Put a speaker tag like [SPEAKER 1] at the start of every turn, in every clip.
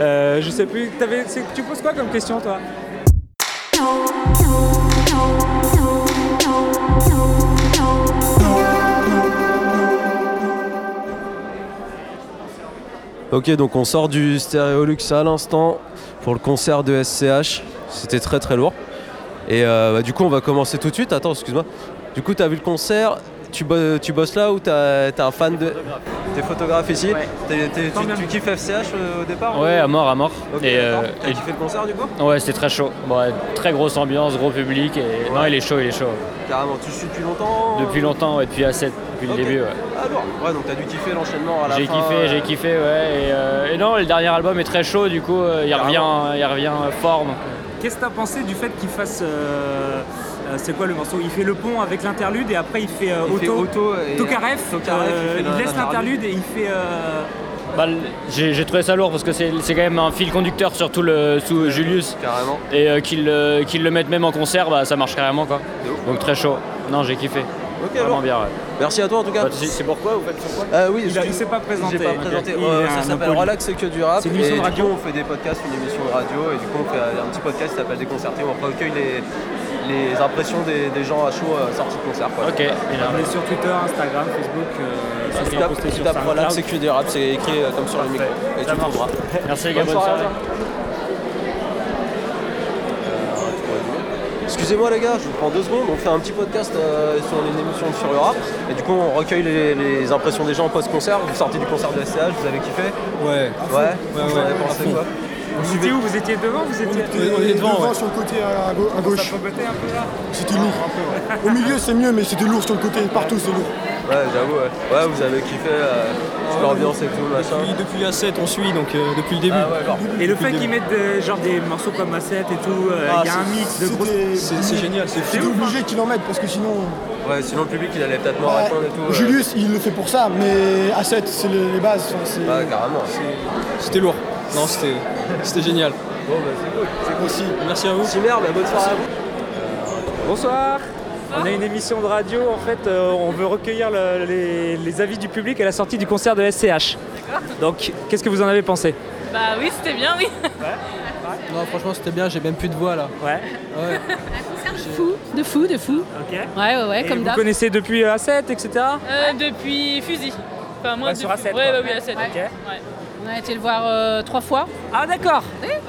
[SPEAKER 1] Euh, je sais plus, t'avais- c'est- tu poses quoi comme question toi
[SPEAKER 2] Ok, donc on sort du Stereolux à l'instant pour le concert de SCH. C'était très très lourd. Et euh, bah, du coup, on va commencer tout de suite. Attends, excuse-moi. Du coup, t'as vu le concert tu, bo- tu bosses là ou t'as t'es un fan de. T'es photographe ici T'es- t'es- tu, tu kiffes FCH euh, au départ
[SPEAKER 3] Ouais, à mort, à mort.
[SPEAKER 2] Ok,
[SPEAKER 3] et, euh,
[SPEAKER 2] d'accord. T'as kiffé le concert du coup
[SPEAKER 3] et- ouais, c'était très chaud. Bon, ouais, très grosse ambiance, gros public. Et non, il est chaud, il est chaud.
[SPEAKER 2] Carrément, tu suis depuis longtemps
[SPEAKER 3] Depuis longtemps, ouais, depuis A7, depuis
[SPEAKER 2] Ok.
[SPEAKER 3] le début. Ouais.
[SPEAKER 2] Ah, lourd. Ouais, donc t'as dû kiffer l'enchaînement à la
[SPEAKER 3] J'ai
[SPEAKER 2] fin.
[SPEAKER 3] kiffé,
[SPEAKER 2] euh,
[SPEAKER 3] j'ai kiffé, ouais. Et, euh, et non, le dernier album est très chaud, du coup, euh, il revient, il revient euh, fort. donc, euh,
[SPEAKER 1] Qu'est-ce que t'as pensé du fait qu'il fasse. euh, euh, c'est quoi le morceau Il fait le pont avec l'interlude et après il fait euh,
[SPEAKER 2] Il fait
[SPEAKER 1] auto.
[SPEAKER 2] auto et-
[SPEAKER 1] Tokarev,
[SPEAKER 2] Tokarev,
[SPEAKER 1] euh,
[SPEAKER 2] il fait
[SPEAKER 1] il
[SPEAKER 2] la-
[SPEAKER 1] laisse l'interlude et il fait. euh,
[SPEAKER 3] bah, le- j'ai j'ai trouvé ça lourd parce que c'est c'est quand même un fil conducteur sur tout le sous Julius.
[SPEAKER 2] Carrément.
[SPEAKER 3] Et euh, qu'ils le- qu'ils le mettent même en concert, bah, ça marche carrément quoi.
[SPEAKER 2] De ouf.
[SPEAKER 3] Donc très chaud. Non, j'ai kiffé.
[SPEAKER 2] Ok,
[SPEAKER 3] Vraiment
[SPEAKER 2] alors.
[SPEAKER 3] bien. Ouais.
[SPEAKER 2] Merci à toi en tout cas.
[SPEAKER 3] Bah, tu sais- c'est pourquoi vous faites sur quoi
[SPEAKER 2] Ah
[SPEAKER 1] Il
[SPEAKER 2] oui,
[SPEAKER 1] a-
[SPEAKER 2] excuse-
[SPEAKER 1] il s'est pas présenté.
[SPEAKER 2] J'ai pas
[SPEAKER 1] Ok.
[SPEAKER 2] présenté.
[SPEAKER 1] Il
[SPEAKER 2] Euh,
[SPEAKER 1] est
[SPEAKER 2] ça
[SPEAKER 1] un
[SPEAKER 2] s'appelle
[SPEAKER 1] impoli.
[SPEAKER 2] Relax que du rap.
[SPEAKER 1] C'est une émission
[SPEAKER 2] et
[SPEAKER 1] de
[SPEAKER 2] du
[SPEAKER 1] radio.
[SPEAKER 2] coup, on fait des podcasts, une émission de radio, et du coup, on fait un petit podcast qui s'appelle Déconcerté où on recueille les, les impressions des, des gens à chaud euh, sortis de concert. Quoi.
[SPEAKER 1] On
[SPEAKER 3] Ok.
[SPEAKER 1] est sur Twitter, Instagram, Facebook. euh, ça
[SPEAKER 2] Tu
[SPEAKER 1] sera
[SPEAKER 2] tapes,
[SPEAKER 1] posté
[SPEAKER 2] tu
[SPEAKER 1] sur
[SPEAKER 2] tapes
[SPEAKER 1] SoundCloud.
[SPEAKER 2] Relax que du rap, c'est écrit euh, comme sur le micro. Et tu trouveras.
[SPEAKER 3] Merci les gars, bonne
[SPEAKER 2] Bonne
[SPEAKER 3] soirée.
[SPEAKER 2] soirée, au revoir. Euh, Excusez-moi les gars, je vous prends deux secondes, on fait un petit podcast euh, sur une émission sur le rap et du coup on recueille les, les impressions des gens post-concert, vous sortez du concert de SCH, vous avez kiffé
[SPEAKER 4] Ouais.
[SPEAKER 2] Ouais, vous en avez pensé quoi
[SPEAKER 1] Vous étiez où Vous étiez devant Vous étiez
[SPEAKER 4] On est- on est devant, ouais.
[SPEAKER 5] sur le côté à, à gau- à
[SPEAKER 1] Ça
[SPEAKER 5] gauche.
[SPEAKER 1] popotait un peu là
[SPEAKER 5] C'était lourd. Au milieu c'est mieux, mais c'était lourd sur le côté. Partout c'est lourd.
[SPEAKER 2] Ouais, j'avoue, ouais. Ouais, vous avez kiffé euh, toute l'ambiance et tout, machin.
[SPEAKER 4] Depuis, depuis A7, on suit, donc euh, depuis le début.
[SPEAKER 2] Ah ouais, genre,
[SPEAKER 1] Et le fait qu'ils mettent des- genre des morceaux comme A7 et tout, euh, il
[SPEAKER 4] Ah,
[SPEAKER 1] y a un mix de grosses.
[SPEAKER 5] C'était
[SPEAKER 4] C'est c'est génial,
[SPEAKER 6] hein.
[SPEAKER 4] c'est hein.
[SPEAKER 1] C'est
[SPEAKER 5] C'était
[SPEAKER 4] fou.
[SPEAKER 1] ouf,
[SPEAKER 5] obligé qu'il en mette parce que sinon.
[SPEAKER 2] ouais, sinon le public il allait peut-être m'en
[SPEAKER 5] Ouais,
[SPEAKER 2] répondre et tout. euh.
[SPEAKER 5] Julius il le fait pour ça, mais A7 c'est les, les bases. enfin, c'est
[SPEAKER 4] Bah,
[SPEAKER 2] Ouais, carrément.
[SPEAKER 4] C'était lourd. Non, c'était c'était génial.
[SPEAKER 2] Bon, bah c'est cool.
[SPEAKER 5] aussi.
[SPEAKER 4] Merci à vous.
[SPEAKER 2] Merci, merde, bah, bonne soirée à vous.
[SPEAKER 1] Bonsoir on a une émission de radio, en fait, euh, on veut recueillir le- les, les avis du public à la sortie du concert de SCH. Donc, qu'est-ce que vous en avez pensé
[SPEAKER 7] Bah oui, c'était bien, oui.
[SPEAKER 6] Non, franchement, c'était bien, j'ai même plus de voix là.
[SPEAKER 1] Ouais,
[SPEAKER 7] Fou, de fou, de fou.
[SPEAKER 1] ok.
[SPEAKER 7] Ouais, ouais, ouais,
[SPEAKER 1] Et
[SPEAKER 7] comme
[SPEAKER 1] vous
[SPEAKER 7] d'hab.
[SPEAKER 1] connaissez depuis euh, A7, etc.
[SPEAKER 8] Euh, depuis Fusil. Enfin, moi,
[SPEAKER 1] Ouais, sur
[SPEAKER 8] depuis-
[SPEAKER 1] A7,
[SPEAKER 8] Ouais,
[SPEAKER 1] quoi.
[SPEAKER 8] bah oui, A7.
[SPEAKER 1] Ok.
[SPEAKER 8] Ouais.
[SPEAKER 7] On a été le voir euh, trois fois.
[SPEAKER 1] Ah d'accord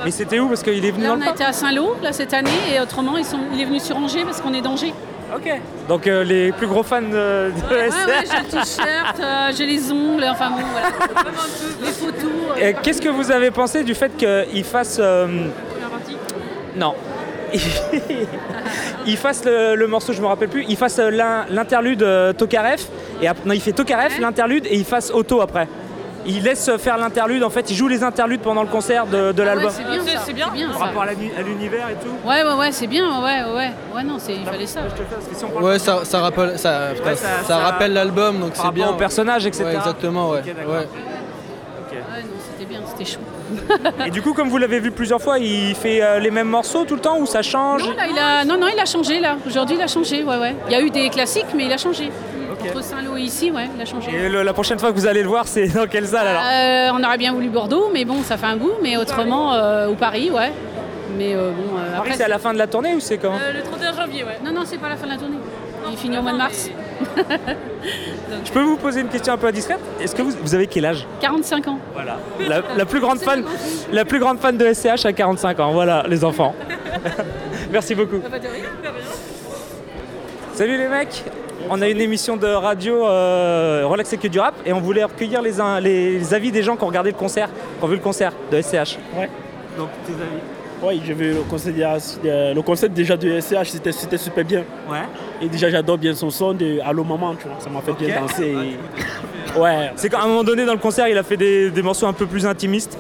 [SPEAKER 1] Mais c'était où Parce qu'il est venu
[SPEAKER 7] bah. Là,
[SPEAKER 1] dans
[SPEAKER 7] on
[SPEAKER 1] le
[SPEAKER 7] a
[SPEAKER 1] parc
[SPEAKER 7] été à Saint-Lô, là, cette année. Et autrement, ils sont... il est venu sur Angers parce qu'on est d'Angers.
[SPEAKER 1] Ok. Donc euh, les plus gros fans euh, de
[SPEAKER 7] Ouais,
[SPEAKER 1] SCH.
[SPEAKER 7] ouais, j'ai le t-shirt, euh, j'ai les ongles, enfin bon, voilà.
[SPEAKER 8] Vraiment tout.
[SPEAKER 7] Les photos. euh,
[SPEAKER 1] Et Qu'est-ce que vous avez pensé du fait qu'il fasse... euh,
[SPEAKER 8] Première partie.
[SPEAKER 1] Non. il fasse le, le morceau, je me rappelle plus, il fasse euh, l'in- l'interlude euh, Tokarev, et ap- non, il fait Tokarev, l'interlude, et il fasse Auto après. Il laisse euh, faire l'interlude, en fait, il joue les interludes pendant le concert de, de
[SPEAKER 7] Ah ouais,
[SPEAKER 1] l'album.
[SPEAKER 7] c'est bien,
[SPEAKER 8] C'est-
[SPEAKER 7] ça,
[SPEAKER 8] c'est bien.
[SPEAKER 1] Par
[SPEAKER 7] ça.
[SPEAKER 1] rapport à la nu- à l'univers et tout.
[SPEAKER 7] Ouais, ouais, ouais, c'est bien, ouais, ouais. Ouais, non, c'est... il fallait ça.
[SPEAKER 1] Je te fais, parce que si on parle
[SPEAKER 6] Ouais, ça, ça rappelle, ça, putain,
[SPEAKER 1] Ouais, ça-
[SPEAKER 6] ça
[SPEAKER 1] ça-
[SPEAKER 6] rappelle l'album, donc
[SPEAKER 1] par
[SPEAKER 6] c'est
[SPEAKER 1] rapport
[SPEAKER 6] bien.
[SPEAKER 1] au personnage, etc.
[SPEAKER 6] Ouais, exactement, ouais.
[SPEAKER 1] Ok, d'accord.
[SPEAKER 6] Ouais.
[SPEAKER 7] Ouais, non, c'était bien, c'était chaud.
[SPEAKER 1] Et du coup, comme vous l'avez vu plusieurs fois, il fait euh, les mêmes morceaux tout le temps ou ça change
[SPEAKER 7] Non, Ah, là, il a... non, non, il a changé, là. Aujourd'hui, il a changé, ouais, ouais. Il y a eu des classiques, mais il a changé. Entre Saint-Lô et ici, ouais, il a changé.
[SPEAKER 1] Et le- la prochaine fois que vous allez le voir, c'est dans quelle salle alors
[SPEAKER 7] Euh, on aurait bien voulu Bordeaux, mais bon, ça fait un goût. Mais autrement, euh, ou Paris, ouais. Mais euh, bon, euh,
[SPEAKER 1] Paris,
[SPEAKER 7] après.
[SPEAKER 1] c'est à la fin de la tournée ou c'est comment
[SPEAKER 8] Euh, le 31 janvier, ouais.
[SPEAKER 7] Non, non, c'est pas la fin de la tournée. Il finit au mois de
[SPEAKER 8] non,
[SPEAKER 7] mars.
[SPEAKER 1] Ah, Je peux vous poser une question un peu indiscrète Est-ce que vous, vous avez quel âge
[SPEAKER 7] 45 ans.
[SPEAKER 1] Voilà. La, la plus grande fan, la plus grande fan de SCH à 45 ans. Voilà, les enfants. Merci beaucoup.
[SPEAKER 7] Ah, bah,
[SPEAKER 1] Salut les mecs. On a une émission de radio euh, Relax et que du rap et on voulait recueillir les, in- les avis des gens qui ont regardé le concert, qui ont vu le concert de SCH.
[SPEAKER 9] Ouais.
[SPEAKER 1] Donc tes avis
[SPEAKER 9] Oui, je veux considérer euh, le concept déjà de SCH, c'était c'était super bien.
[SPEAKER 1] Ouais.
[SPEAKER 9] Et déjà, j'adore bien son son de Allô Maman, tu vois, ça m'a fait bien danser. et- Ouais,
[SPEAKER 1] C'est qu'à un moment donné dans le concert, il a fait des, des morceaux un peu plus intimistes.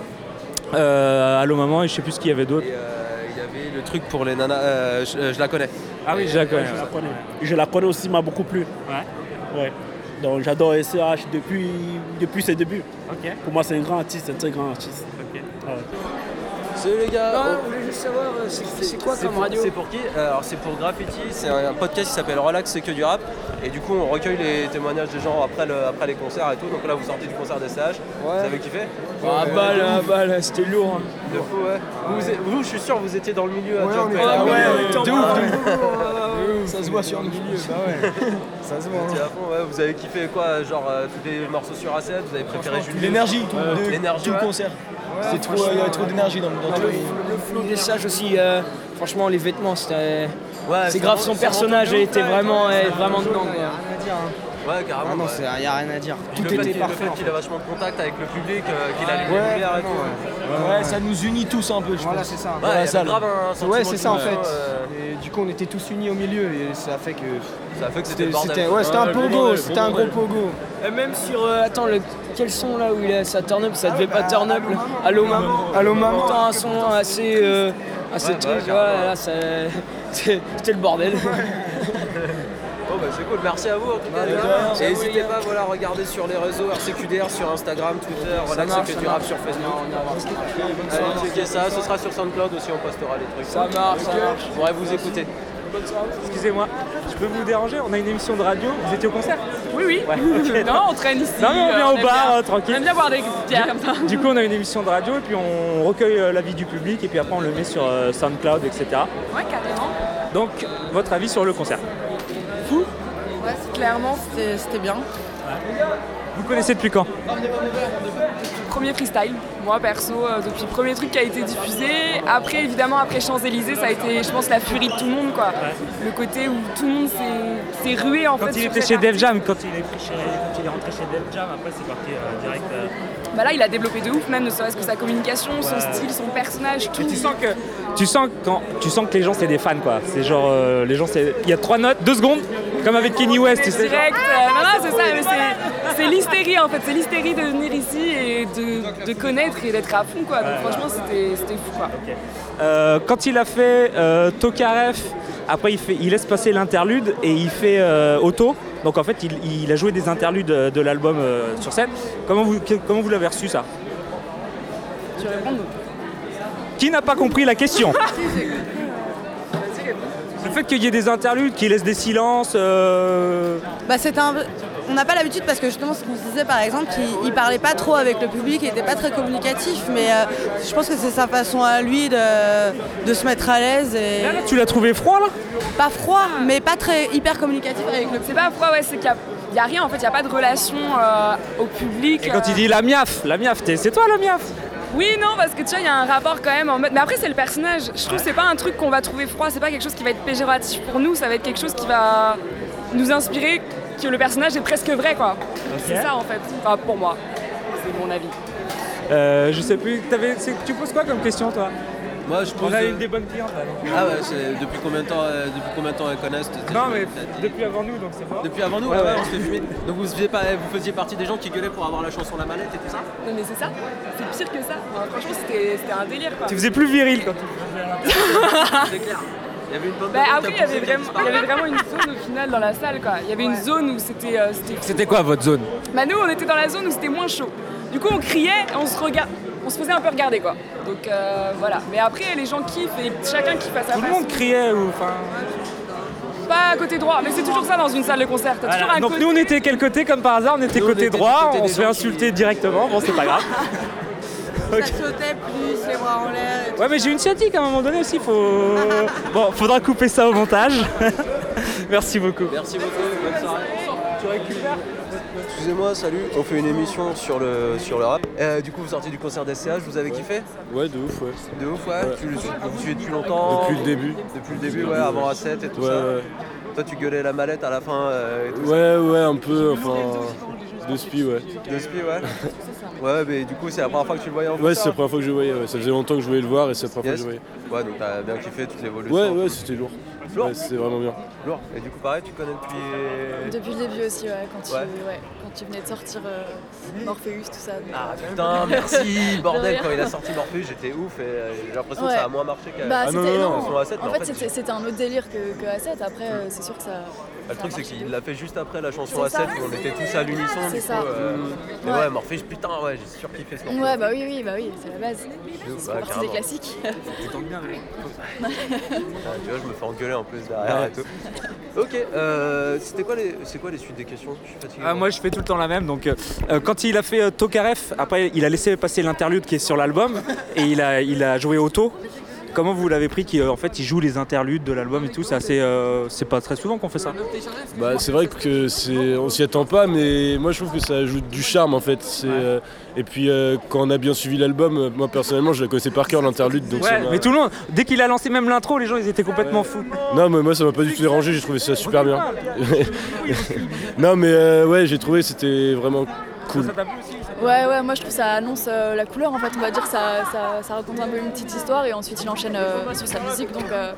[SPEAKER 1] Euh, Allô maman et je sais plus ce qu'il y avait d'autre.
[SPEAKER 2] Et, euh, il y avait le truc pour les nanas, euh, je, euh, je la connais.
[SPEAKER 1] Ah oui, je la connais.
[SPEAKER 9] je la connais. Je la connais aussi, m'a beaucoup plu. Ouais. Donc, j'adore SCH depuis, depuis ses débuts.
[SPEAKER 1] Ok.
[SPEAKER 9] Pour moi, c'est un grand artiste, un très grand artiste. Ouais.
[SPEAKER 2] Salut les gars
[SPEAKER 10] Non, je voulais juste savoir, euh, c'est- c'est quoi comme
[SPEAKER 2] pour-
[SPEAKER 10] radio
[SPEAKER 2] C'est pour qui Euh, Alors c'est pour Graffiti, c'est un podcast qui s'appelle Relax c'est que du rap et du coup on recueille les témoignages des gens après, le- après les concerts et tout. Donc là vous sortez du concert des CH, vous avez kiffé
[SPEAKER 4] Ah bah là, bah là, c'était lourd.
[SPEAKER 2] De fou ouais. Vous, êtes- vous, je suis sûr vous étiez dans le milieu à
[SPEAKER 10] Ah Ouais,
[SPEAKER 2] Jump
[SPEAKER 10] on était
[SPEAKER 2] Bell.
[SPEAKER 10] là,
[SPEAKER 2] Ah ouais,
[SPEAKER 10] ouais,
[SPEAKER 2] ouais,
[SPEAKER 10] ouais,
[SPEAKER 2] de
[SPEAKER 10] ouais.
[SPEAKER 2] ouf, de ouf.
[SPEAKER 4] Ça se voit sur le milieu. bah
[SPEAKER 10] Ça se
[SPEAKER 2] Vous étiez à fond, ouais. Vous avez kiffé quoi Genre euh, tous les morceaux sur A7, vous avez préféré Julien
[SPEAKER 4] L'énergie, tout,
[SPEAKER 2] Ouais.
[SPEAKER 4] de-
[SPEAKER 2] L'énergie,
[SPEAKER 4] tout le
[SPEAKER 2] ouais.
[SPEAKER 4] concert. C'est trop, il y avait trop d'énergie dans, dans tout.
[SPEAKER 10] Le, le flow des sages aussi, euh, franchement, les vêtements, c'était.
[SPEAKER 2] Ouais,
[SPEAKER 10] C'est grave,
[SPEAKER 2] vraiment-
[SPEAKER 10] son
[SPEAKER 2] c'est
[SPEAKER 10] personnage
[SPEAKER 2] vraiment-
[SPEAKER 10] était vraiment, euh, vraiment dedans. quoi.
[SPEAKER 2] Ouais, carrément.
[SPEAKER 10] Ah non,
[SPEAKER 2] ouais.
[SPEAKER 10] il n'y a rien à dire.
[SPEAKER 2] Le
[SPEAKER 10] Tout
[SPEAKER 2] fait
[SPEAKER 10] était
[SPEAKER 2] qu'il-
[SPEAKER 10] parfait.
[SPEAKER 2] Le
[SPEAKER 10] en
[SPEAKER 2] fait
[SPEAKER 10] fait.
[SPEAKER 2] qu'il a vachement de contact avec le public, euh, qu'il a les
[SPEAKER 10] Ouais,
[SPEAKER 2] lumières et tout.
[SPEAKER 10] vraiment, ouais.
[SPEAKER 4] Ouais, ça nous unit tous un peu, je
[SPEAKER 10] Voilà,
[SPEAKER 4] pense.
[SPEAKER 10] c'est ça.
[SPEAKER 2] Ouais, il y avait
[SPEAKER 4] salle.
[SPEAKER 2] grave un sentiment
[SPEAKER 10] Ouais, c'est ça en fait.
[SPEAKER 2] d'union, euh,
[SPEAKER 10] Et du coup, on était tous unis au milieu et ça a fait que.
[SPEAKER 2] Ça a fait que c'était
[SPEAKER 10] C'était
[SPEAKER 2] le bordel.
[SPEAKER 10] c'était- ouais, c'était un pogo, c'était un gros
[SPEAKER 4] bordel.
[SPEAKER 10] pogo. Et même sur. euh, attends, le- quel son là où il est sa turn up Ça devait pas turn up. le- Allô maman Allô maman Putain, un son assez. euh, assez
[SPEAKER 2] Ouais, bah,
[SPEAKER 10] truc, ouais,
[SPEAKER 2] carrément.
[SPEAKER 10] là, ça- c'est- c'était le bordel.
[SPEAKER 2] Bon, bah, c'est cool, merci à vous en tout cas. les gars.
[SPEAKER 10] rien.
[SPEAKER 2] Et
[SPEAKER 10] Merci à vous,
[SPEAKER 2] n'hésitez
[SPEAKER 10] les gars.
[SPEAKER 2] pas voilà, à regarder sur les réseaux RCQDR, sur Instagram, Twitter, relax
[SPEAKER 10] marche,
[SPEAKER 2] que
[SPEAKER 10] ça
[SPEAKER 2] du rap
[SPEAKER 10] marche.
[SPEAKER 2] sur Facebook.
[SPEAKER 10] Non, on ira voir ça.
[SPEAKER 2] Allez, checker ça, ce sera sur Soundcloud aussi, on postera les trucs.
[SPEAKER 10] Ça marche, ça marche.
[SPEAKER 2] Vous pourrez vous écouter.
[SPEAKER 1] Excusez-moi, je peux vous déranger On a une émission de radio. Vous étiez au concert
[SPEAKER 8] Oui, oui. Non, on traîne ici.
[SPEAKER 1] Non, mais on
[SPEAKER 8] euh,
[SPEAKER 1] vient au
[SPEAKER 8] aime
[SPEAKER 1] bar,
[SPEAKER 8] bien-
[SPEAKER 1] euh, tranquille.
[SPEAKER 8] On aime bien boire des bières comme ça.
[SPEAKER 1] Du coup, on a une émission de radio et puis on recueille euh, l'avis du public et puis après on le met sur euh, SoundCloud, etc.
[SPEAKER 8] Ouais, carrément.
[SPEAKER 1] Donc, votre avis sur le concert
[SPEAKER 11] Ouais, c'est- clairement, c'était c'était bien.
[SPEAKER 1] Vous connaissez depuis quand
[SPEAKER 11] Premier freestyle, moi perso, euh, depuis le premier truc qui a été diffusé. Après, évidemment, après Champs-Élysées, ça a été, je pense, la furie de tout le monde, quoi. Le côté où tout le monde s'est- s'est rué, en
[SPEAKER 1] Quand
[SPEAKER 11] fait.
[SPEAKER 1] il
[SPEAKER 11] sur
[SPEAKER 1] était
[SPEAKER 11] cet
[SPEAKER 1] chez Def
[SPEAKER 11] artiste.
[SPEAKER 1] Jam, quand il est, pris chez- quand il est rentré chez Def Jam, après c'est parti euh, direct. euh,
[SPEAKER 11] Bah là, il a développé de ouf, même, ne serait-ce que sa communication, son style, son personnage, tout.
[SPEAKER 1] Et tu sens que tu sens quand tu sens que les gens c'est des fans quoi. C'est genre euh, les gens c'est il y a trois notes, deux secondes, comme avec Kenny West, tu sais. genre.
[SPEAKER 11] direct. euh, non,
[SPEAKER 1] Ah,
[SPEAKER 11] non, c'est ça, mais c'est- c'est l'hystérie en fait, c'est l'hystérie de venir ici et de, de connaître et d'être à fond quoi. Donc franchement, c'était c'était fou quoi.
[SPEAKER 1] Euh, quand il a fait euh, Tokarev, après il, fait, il laisse passer l'interlude et il fait euh, Auto. Donc en fait il, il a joué des interludes euh, de l'album euh, sur scène. Comment vous, que- comment vous l'avez reçu ça
[SPEAKER 11] Tu réponds
[SPEAKER 1] Qui n'a pas compris la question Le fait qu'il y ait des interludes, qu'il laisse des silences. euh,
[SPEAKER 12] Bah, c'était un... On n'a pas l'habitude parce que justement ce qu'on se disait par exemple, il, il parlait pas trop avec le public, il était pas très communicatif, mais euh, je pense que c'est sa façon à lui de, de se mettre à l'aise et
[SPEAKER 1] Là, là, tu l'as trouvé froid là
[SPEAKER 12] pas froid, mais pas très hyper communicatif avec le
[SPEAKER 11] C'est pas froid, ouais, c'est qu'il n'y a, rien en fait, il n'y a pas de relation euh, au public.
[SPEAKER 1] Et quand
[SPEAKER 11] euh,
[SPEAKER 1] il dit la miaf, la miaf, t'es- c'est toi la miaf
[SPEAKER 11] Oui, non, parce que tu vois, il y a un rapport quand même en mode. Mais après, c'est le personnage. Je trouve que c'est pas un truc qu'on va trouver froid, c'est pas quelque chose qui va être péjoratif pour nous, ça va être quelque chose qui va nous inspirer que le personnage est presque vrai, quoi. C'est ça en fait, enfin, pour moi. C'est mon avis.
[SPEAKER 1] Euh, je sais plus, t'avais- c'est- tu poses quoi comme question toi
[SPEAKER 2] Moi je pense.
[SPEAKER 1] On a une des bonnes clientes là. non
[SPEAKER 2] Ah ouais, c'est depuis combien de temps, euh, depuis combien de temps elles connaissent c'était-
[SPEAKER 1] Non mais depuis avant nous donc c'est fort.
[SPEAKER 2] Depuis avant nous,
[SPEAKER 1] Ouais,
[SPEAKER 2] ouais,
[SPEAKER 1] ouais.
[SPEAKER 2] on se fait fumer. Donc vous faisiez, pas, vous faisiez partie des gens qui gueulaient pour avoir la chanson La Mallette et tout ça
[SPEAKER 11] Non, mais c'est ça, c'est pire que ça. Enfin, franchement, c'était c'était un délire, quoi.
[SPEAKER 1] Tu faisais plus viril quand
[SPEAKER 2] C'est clair. Il y avait une bombe
[SPEAKER 11] Bah, après, il y avait vraiment il y avait vraiment une zone au final dans la salle, quoi. Il y avait une zone où c'était. euh, c'était
[SPEAKER 2] C'était quoi votre zone
[SPEAKER 11] Bah nous on était dans la zone où c'était moins chaud. Du coup on criait, et on se regarde, on se faisait un peu regarder quoi. Donc euh, voilà. Mais après les gens kiffent et chacun kiffe à sa
[SPEAKER 1] Tout le
[SPEAKER 11] façon.
[SPEAKER 1] monde criait ou enfin.
[SPEAKER 11] Pas à côté droit, mais c'est toujours ça dans une salle de concert. T'as toujours un
[SPEAKER 1] Donc
[SPEAKER 11] côté.
[SPEAKER 1] nous on était quel côté comme par hasard on était
[SPEAKER 2] Nous, on
[SPEAKER 1] côté
[SPEAKER 2] était du
[SPEAKER 1] droit,
[SPEAKER 2] côté
[SPEAKER 1] on
[SPEAKER 2] des
[SPEAKER 1] se
[SPEAKER 2] gens
[SPEAKER 1] fait insulter directement, bon c'est pas grave.
[SPEAKER 12] public, ça sautait plus, les bras en l'air et tout.
[SPEAKER 1] Ouais mais j'ai une sciatique à un moment donné aussi, faut. Bon faudra couper ça au montage. Merci beaucoup.
[SPEAKER 2] Merci beaucoup, bonne soirée. Excusez-moi, salut. On fait une émission sur le, sur le rap. Euh, du coup, vous sortez du concert d'SCH, vous avez kiffé
[SPEAKER 4] Ouais, de ouf, ouais.
[SPEAKER 2] De ouf, ouais. Tu le suis, vous suivez depuis longtemps
[SPEAKER 4] Depuis le début.
[SPEAKER 2] Depuis le début, ouais, avant A7 et tout
[SPEAKER 4] Ouais,
[SPEAKER 2] ça.
[SPEAKER 4] ouais.
[SPEAKER 2] Toi, tu gueulais la mallette à la fin euh, et tout
[SPEAKER 4] Ouais, ouais, un peu, enfin. De spi, ouais.
[SPEAKER 2] ça. De spi, ouais. ouais, mais du coup, c'est la première fois que tu le voyais en
[SPEAKER 4] Ouais,
[SPEAKER 2] concert.
[SPEAKER 4] c'est la première fois que je le voyais, ouais. ça faisait longtemps que je voulais le voir et c'est la première
[SPEAKER 2] Yes.
[SPEAKER 4] fois que
[SPEAKER 2] Ouais, donc t'as bien kiffé toute
[SPEAKER 4] je le
[SPEAKER 2] l'évolution.
[SPEAKER 4] voyais. Ouais, ouais, c'était lourd.
[SPEAKER 2] Lourd.
[SPEAKER 4] Ouais, c'était vraiment bien.
[SPEAKER 2] Lourd. Et du coup, pareil, tu connais depuis.
[SPEAKER 13] Depuis le début aussi, ouais, quand,
[SPEAKER 2] Ouais.
[SPEAKER 13] Tu, ouais, quand tu venais de sortir euh, Morpheus, tout ça. donc,
[SPEAKER 2] Ah
[SPEAKER 13] euh,
[SPEAKER 2] putain, merci, bordel.
[SPEAKER 13] rien.
[SPEAKER 2] Quand il a sorti Morpheus, j'étais ouf et euh, j'ai l'impression que
[SPEAKER 13] Ouais.
[SPEAKER 2] ça a moins marché qu'à
[SPEAKER 13] Bah,
[SPEAKER 2] Ah
[SPEAKER 13] c'était- non,
[SPEAKER 2] Son A7, mais
[SPEAKER 13] En fait, c'était- c'était un autre délire que, que A7. Après, euh, c'est sûr que ça,
[SPEAKER 2] Le truc, c'est qu'il l'a fait juste après la chanson
[SPEAKER 11] C'est ça.
[SPEAKER 2] A7 où on était tous à l'unisson. du
[SPEAKER 11] C'est ça.
[SPEAKER 2] coup, euh, mais
[SPEAKER 11] Ouais.
[SPEAKER 2] ouais, Morpheus, putain, ouais, j'ai surkiffé ce morceau.
[SPEAKER 13] Ah,
[SPEAKER 11] Ouais, bah oui, oui, bah oui, c'est la base.
[SPEAKER 2] Ouais,
[SPEAKER 11] C'est parti des
[SPEAKER 2] carrément.
[SPEAKER 11] classiques.
[SPEAKER 2] Ah, tu vois, je me fais engueuler en plus derrière et tout. Ok, euh, c'était quoi les, c'est quoi les suites des questions Je suis fatigué.
[SPEAKER 1] Ah, moi je fais tout le temps la même donc euh, quand il a fait euh, Tokarev après il a laissé passer l'interlude qui est sur l'album et il a, il a joué Auto comment vous l'avez pris qu'il euh, en fait il joue les interludes de l'album et tout c'est assez, euh, c'est pas très souvent qu'on fait ça
[SPEAKER 4] Bah, c'est vrai que c'est, on s'y attend pas, mais moi je trouve que ça ajoute du charme en fait. C'est, euh, et puis euh, quand on a bien suivi l'album, euh, moi personnellement je la connaissais par cœur l'interlude. Donc ça
[SPEAKER 1] ouais
[SPEAKER 4] m'a-
[SPEAKER 1] mais tout le monde dès qu'il a lancé même l'intro les gens ils étaient complètement fous
[SPEAKER 4] Non, mais moi ça m'a pas du tout dérangé, j'ai trouvé ça super bien. non, mais euh, ouais, j'ai trouvé que c'était vraiment cool.
[SPEAKER 11] Ouais, ouais, moi je trouve que ça annonce euh, la couleur en fait, on va dire, ça, ça, ça raconte un peu une petite histoire et ensuite il enchaîne euh, sur sa musique donc euh,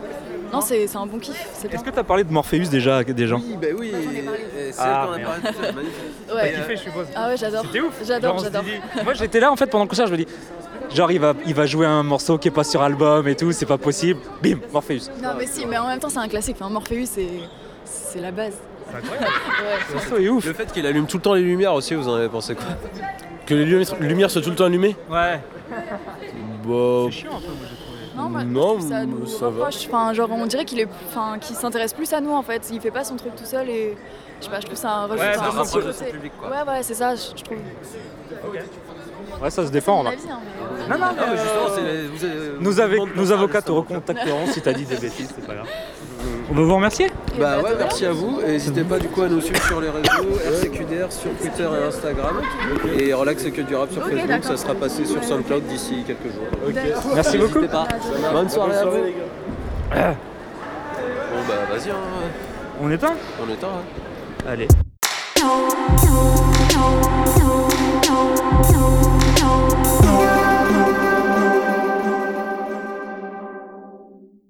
[SPEAKER 11] non, c'est c'est un bon kiff. c'est bien.
[SPEAKER 1] est-ce que t'as parlé de Morpheus déjà à des gens
[SPEAKER 2] Oui, bah oui, euh, c'est
[SPEAKER 1] Ah,
[SPEAKER 2] qu'on a
[SPEAKER 1] merde.
[SPEAKER 2] parlé tout à l'heure, magnifique.
[SPEAKER 11] Ouais.
[SPEAKER 2] T'as kiffé, je
[SPEAKER 1] suppose.
[SPEAKER 11] Ah ouais, j'adore.
[SPEAKER 1] C'était ouf.
[SPEAKER 11] J'adore,
[SPEAKER 1] Genre, on
[SPEAKER 11] j'adore.
[SPEAKER 1] Moi j'étais là en fait pendant le concert, je me dis genre il va, il va jouer un morceau qui est pas sur album et tout, c'est pas possible. Bim, Morpheus.
[SPEAKER 11] Non, mais si, mais en même temps, c'est un classique. Enfin, Morpheus, c'est c'est la base. C'est
[SPEAKER 1] incroyable.
[SPEAKER 11] ouais.
[SPEAKER 2] Le fait qu'il allume tout le temps les lumières aussi, vous en avez pensé quoi
[SPEAKER 4] Que les lumi- lumières soient tout le temps allumées
[SPEAKER 1] Ouais.
[SPEAKER 4] Bah,
[SPEAKER 11] Non, moi, je
[SPEAKER 4] Non,
[SPEAKER 11] trouve ça nous
[SPEAKER 4] ça va.
[SPEAKER 11] rapproche. Enfin, genre, on dirait qu'il est, enfin, qu'il s'intéresse plus à nous en fait. Il fait pas son truc tout seul et je sais pas, je trouve ça un rejet.
[SPEAKER 2] Ouais,
[SPEAKER 11] enfin,
[SPEAKER 2] ça
[SPEAKER 11] un
[SPEAKER 2] rapproche
[SPEAKER 11] rejet.
[SPEAKER 2] de son public, quoi.
[SPEAKER 11] Ouais, ouais, c'est ça, je je trouve.
[SPEAKER 1] Ouais ça se défend on
[SPEAKER 11] Mon
[SPEAKER 1] va.
[SPEAKER 11] avis, hein, mais-
[SPEAKER 1] Non, non, mais justement,
[SPEAKER 2] Ah, c'est- vous avez- vous
[SPEAKER 1] Nous,
[SPEAKER 2] avez
[SPEAKER 1] avec,
[SPEAKER 2] demandé de
[SPEAKER 1] nos
[SPEAKER 2] leur
[SPEAKER 1] avocats te
[SPEAKER 2] parler, justement.
[SPEAKER 1] recontacteront si t'as dit des bêtises, c'est pas grave. On veut vous remercier
[SPEAKER 2] Bah ouais, merci à vous. Et N'hésitez pas du coup à nous suivre sur les réseaux RCQDR sur Twitter et Instagram. Et Relax c'est que du rap sur
[SPEAKER 11] Ok,
[SPEAKER 2] Facebook,
[SPEAKER 11] d'accord.
[SPEAKER 2] ça sera passé sur SoundCloud d'ici quelques jours.
[SPEAKER 11] D'accord.
[SPEAKER 1] Merci
[SPEAKER 2] N'hésitez
[SPEAKER 1] beaucoup.
[SPEAKER 2] pas. Bonne soirée à vous. Bon bah vas-y, hein.
[SPEAKER 1] On éteint
[SPEAKER 2] on éteint. hein.
[SPEAKER 1] Allez.
[SPEAKER 14] Thank you.